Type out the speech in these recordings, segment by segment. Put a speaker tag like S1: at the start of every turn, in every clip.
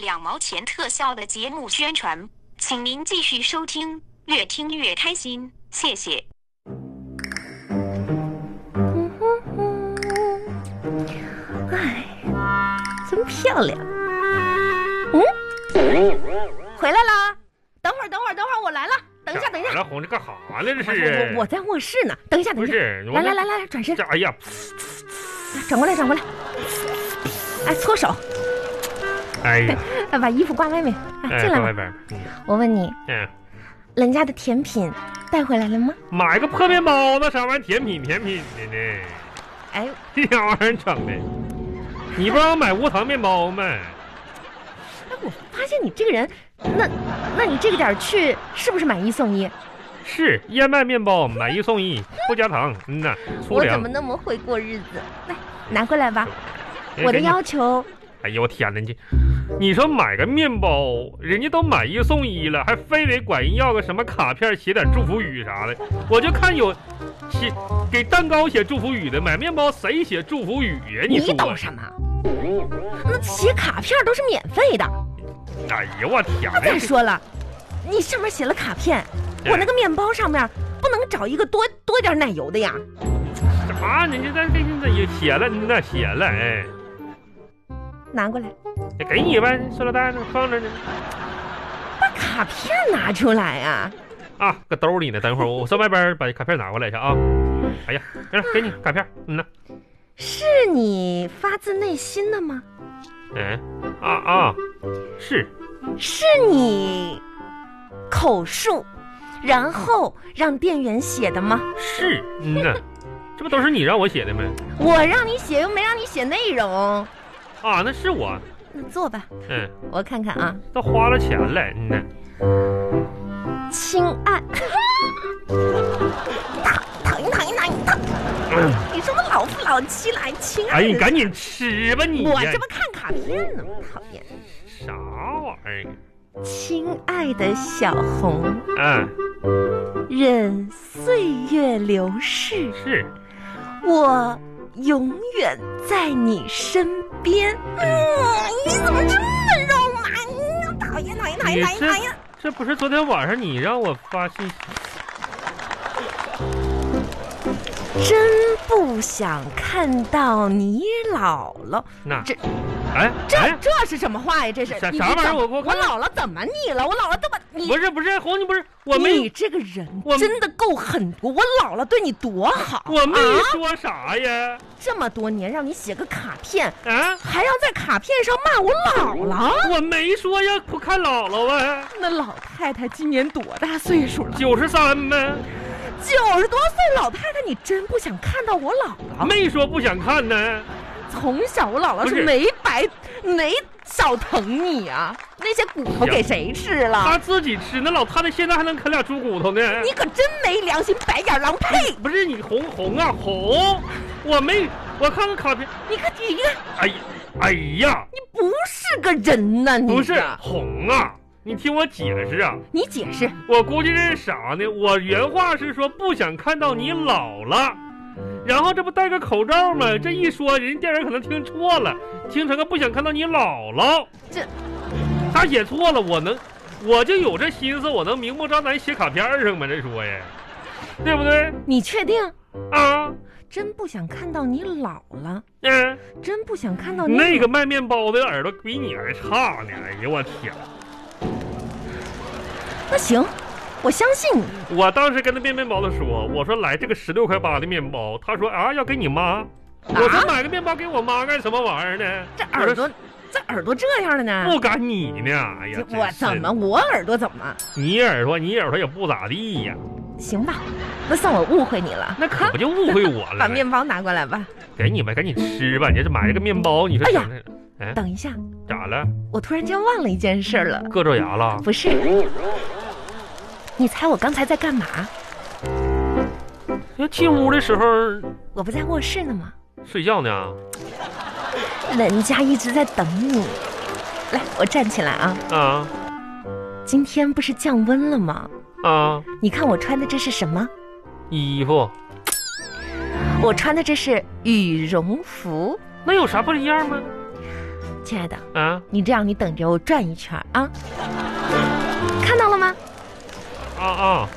S1: 两毛钱特效的节目宣传，请您继续收听，越听越开心，谢谢。
S2: 嗯哼哼，哎，真漂亮。嗯，回来啦！等会儿，等会儿，等会儿，我来了。等一下，等一下，
S3: 了，红着干哈呢？这是
S2: 我我我在卧室呢。等一下，等
S3: 不
S2: 一下，
S3: 是我
S2: 来来
S3: 这
S2: 来来，转身
S3: 这，哎呀，
S2: 转过来，转过来。哎，搓手，
S3: 哎呀，
S2: 哎，把衣服挂外面。哎，
S3: 哎，
S2: 进来
S3: 到
S2: 吧
S3: 外。边，
S2: 我问你，
S3: 嗯，
S2: 人家的甜品带回来了吗？
S3: 买个破面包子啥玩意儿，甜品甜品的 呢，
S2: 哎，
S3: 这家玩意儿整的，你不让我买无糖面包吗？
S2: 哎，我发现你这个人，那，那你这个点儿去是不是买一送一？
S3: 是燕麦面包买一送一，不加糖，嗯呐，粗
S2: 我怎
S3: 粮
S2: 么。那么会过日子？来，拿过来吧。
S3: 哎
S2: 我的
S3: 给你
S2: 要求，
S3: 哎呦我天哪，你你说买个面包，人家都买一送一了，还非得管人要个什么卡片，写点祝福语啥的。我就看有写给蛋糕写祝福语的，买面包谁写祝福语呀？
S2: 你
S3: 说
S2: 懂什么？那写卡片都是免费的。
S3: 哎呀，我天
S2: 再
S3: 哪！
S2: 说了，你上面写了卡片，
S3: 对
S2: 我那个面包上面不能找一个多多点奶油的呀。
S3: 啥？人家这这这也写了，嗯那写了，哎，
S2: 拿过来，
S3: 给你呗，塑料袋呢，放着呢。
S2: 把卡片拿出来啊！
S3: 啊，搁兜里呢。等一会儿我我上外边把卡片拿过来去啊。哎呀，来给你卡片，嗯呐，
S2: 是你发自内心的吗？
S3: 嗯啊啊，是。
S2: 是你口述，然后让店员写的吗？
S3: 是，嗯呐，这不都是你让我写的吗？
S2: 我让你写又没让你写内容。
S3: 啊，那是我，
S2: 那坐吧，
S3: 嗯，
S2: 我看看啊，
S3: 都花了钱了，嗯呐，
S2: 亲 爱，讨厌讨厌讨厌讨
S3: 嗯
S2: 厌，你说我老夫老妻来，亲爱
S3: 哎，
S2: 的。
S3: 你赶紧吃吧你呀，哎
S2: 我这不看卡片呢吗？讨厌，
S3: 啥玩意儿
S2: 亲爱的小红，？
S3: 啊，
S2: 任岁月流逝，
S3: 是，
S2: 我永远在你身边。嗯，你怎么这么肉麻？嗯讨厌，讨厌，讨
S3: 你
S2: 厌，讨厌，
S3: 这
S2: 讨厌！
S3: 这不是昨天晚上你让我发信息？
S2: 真不想看到你老了。
S3: 那
S2: 这
S3: 哎
S2: 这
S3: 哎，
S2: 这是什么话呀？这是
S3: 啥
S2: 你
S3: 啥玩意儿
S2: 你怎么
S3: 我我
S2: 我
S3: 看
S2: 老了怎么你了？我老了怎么你？
S3: 不是不是，红你不是，我
S2: 你
S3: 没
S2: 这个人
S3: 我
S2: 真的够狠毒！我老了对你多好，
S3: 我没
S2: 啊
S3: 说啥呀，
S2: 这么多年让你写个卡片，
S3: 啊，
S2: 还要在卡片上骂我老了。
S3: 我没说要不看姥姥啊，
S2: 那老太太今年多大岁数了？
S3: 九十三呗，
S2: 九十多岁老太太，你真不想看到我老了？
S3: 没说不想看呢。
S2: 从小我姥姥
S3: 不
S2: 是
S3: 是
S2: 没白没少疼你啊，那些骨头
S3: 呀
S2: 给谁吃了？
S3: 他自己吃，那老太太现在还能啃俩猪骨头呢。
S2: 你可真没良心，白眼狼！呸！
S3: 不是你红红啊红，我没我看看卡片，
S2: 你可你看，
S3: 哎呀哎呀，
S2: 你不是个人呐、你
S3: 不是
S2: 呀
S3: 红啊，你听我解释啊，
S2: 你解释，
S3: 我估计这是啥呢？我原话是说不想看到你老了，然后这不戴个口罩吗？这一说，人店员可能听错了，听成个不想看到你姥姥，
S2: 这
S3: 他写错了，我能。我就有这心思，我能明目张胆写卡片上吗？这说呀，对不对？
S2: 哦你确定？
S3: 啊，
S2: 真不想看到你老了，
S3: 嗯、
S2: 真不想看到你
S3: 那个卖面包的耳朵比你还差呢！哎呀，我天！
S2: 那行，我相信你。
S3: 我当时跟那面面包的说：“我说来这个十六块八的面包。”他说：“啊，要给你妈。”我说：“买个面包给我妈干什么玩意儿呢？”
S2: 这耳朵，这耳朵这样了呢？
S3: 不赶你呢！哎呀
S2: 这，我
S3: 真
S2: 怎
S3: 是
S2: 么我耳朵怎么？
S3: 你耳朵你耳朵也不咋地呀？
S2: 行吧，那算我误会你了。
S3: 那可
S2: 哈
S3: 不就误会 我了
S2: 把
S3: 呗？
S2: 面包拿过来吧。
S3: 给你吧，赶紧吃吧！你这买这个面包，你说
S2: 哎呀
S3: 想着哎
S2: 等一下，
S3: 咋了？
S2: 我突然间忘了一件事儿了。
S3: 硌着牙了？
S2: 不是，你猜我刚才在干嘛？
S3: 要进屋的时候
S2: 我不在卧室呢吗？
S3: 睡觉呢？
S2: 人家一直在等你。来，我站起来啊！
S3: 啊
S2: 今天不是降温了吗？
S3: 啊，
S2: 你看我穿的这是什么？
S3: 衣服
S2: 我穿的这是羽绒服。
S3: 那有啥不一样吗？
S2: 亲爱的，
S3: 啊
S2: 你这样你等着我转一圈啊，看到了吗？
S3: 啊啊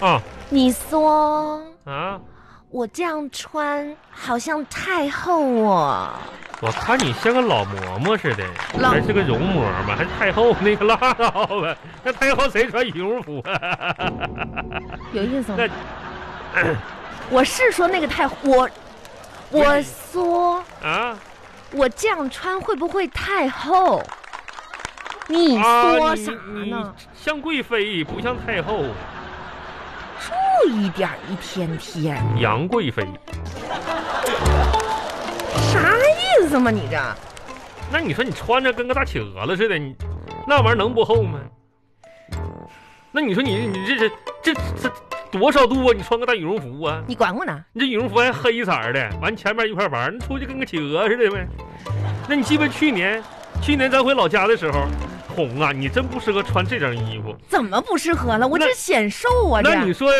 S3: 啊
S2: 你说
S3: 啊！
S2: 我这样穿好像太厚哦。
S3: 我看你像个老嬷嬷似的，
S2: 老
S3: 还是个容嬷嬷，还太后那个拉倒吧，那太后谁穿羽绒服啊？
S2: 有意思吗
S3: 那？
S2: 我是说那个太我，我说
S3: 啊
S2: 我这样穿会不会太厚？你
S3: 啊！
S2: 说
S3: 你
S2: 啥
S3: 你
S2: 呢？
S3: 像贵妃不像太后，
S2: 注意点儿一天天，
S3: 杨贵妃。
S2: 啥意思嘛你这？
S3: 那你说你穿着跟个大企鹅了似的，你那玩意儿能不厚吗？那你说你你这这这这多少度啊？你穿个大羽绒服啊？
S2: 你管我呢？
S3: 你这羽绒服还黑色儿的，完前面一块白儿，你出去跟个企鹅似的呗。那你记不记得去年，去年咱回老家的时候，红啊，你真不适合穿这身衣服。
S2: 怎么不适合了？我
S3: 那
S2: 这显瘦啊！
S3: 那你
S2: 这
S3: 说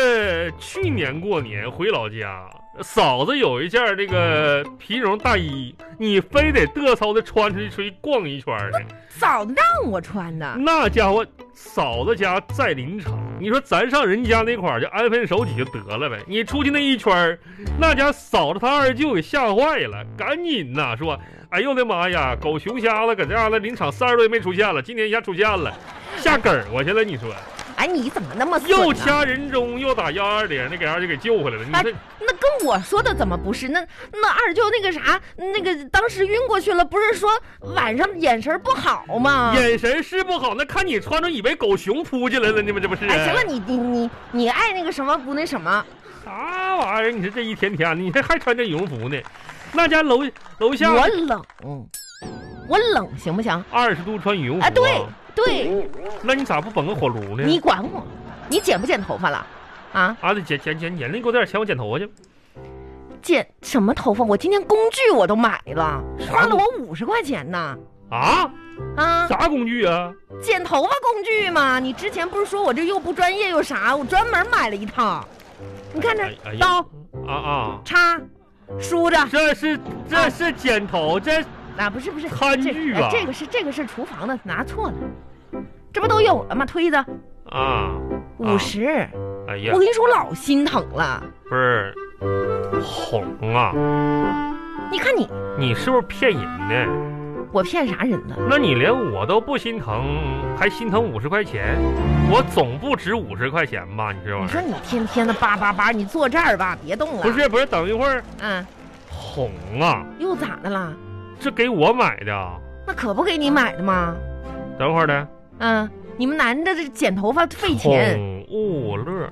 S3: 去年过年回老家，嫂子有一件儿这个皮绒大衣，你非得嘚瑟的穿出去出去逛一圈儿呢。
S2: 早让我穿的，
S3: 那家伙，嫂子家在林场，你说咱上人家那块儿就安分守己就得了呗。你出去那一圈儿，那家嫂子她二舅给吓坏了，赶紧呐说：“哎呦我的妈呀，狗熊瞎子搁这样了，林场三十多年没出现了，今天一下出现了，吓梗儿过去了。”你 说
S2: 哎，你怎么那么
S3: 又
S2: 损呢？
S3: 掐人中又打幺二零，那给二舅给救回来了。你
S2: 哎
S3: 这
S2: 那跟我说的怎么不是？那那二舅那个啥，那个当时晕过去了，不是说晚上眼神不好吗？
S3: 眼神是不好，那看你穿着以为狗熊扑进来了，你们这不是？
S2: 哎，行了，你你你你爱那个什么不那什么？
S3: 啥玩意儿？你说这一天天的，你还还穿这羽绒服呢？那家楼楼下
S2: 我冷，我冷行不行？
S3: 二十度穿羽绒服、
S2: 啊，对
S3: 哦
S2: 对，
S3: 那你咋不绑个火炉呢？
S2: 你管我？你剪不剪头发了？啊，
S3: 啊，得剪剪剪剪，那你给我点钱，我剪头发去。
S2: 剪什么头发？我今天工具我都买了，花了我五十块钱呢。
S3: 啊，
S2: 啊，
S3: 啥工具啊？
S2: 剪头发工具嘛，你之前不是说我这又不专业又啥？我专门买了一套，你看这
S3: 哎哎呀
S2: 刀、
S3: 啊啊，
S2: 叉、梳子
S3: 这是这是剪头，这
S2: 啊，不是不是，
S3: 看
S2: 这
S3: 剧
S2: 哎
S3: 啊
S2: 这个是这个是厨房的，拿错了，这不都有了吗？推子
S3: 啊，
S2: 五十，
S3: 哎呀
S2: 我，跟你说我老心疼了。
S3: 不是红啊，
S2: 你看你，
S3: 你是不是骗人呢？
S2: 我骗啥人了？
S3: 那你连我都不心疼，还心疼五十块钱？我总不值五十块钱吧？你这玩
S2: 你
S3: 意
S2: 说
S3: 儿
S2: 你天天的叭叭叭，你坐这儿吧，别动了。
S3: 哎不，是不是，等一会儿
S2: 嗯，
S3: 红啊，
S2: 又咋的啦？
S3: 这给我买的啊，
S2: 那可不给你买的吗？
S3: 等会儿呢。
S2: 嗯，你们男的这剪头发费钱，
S3: 宠物乐，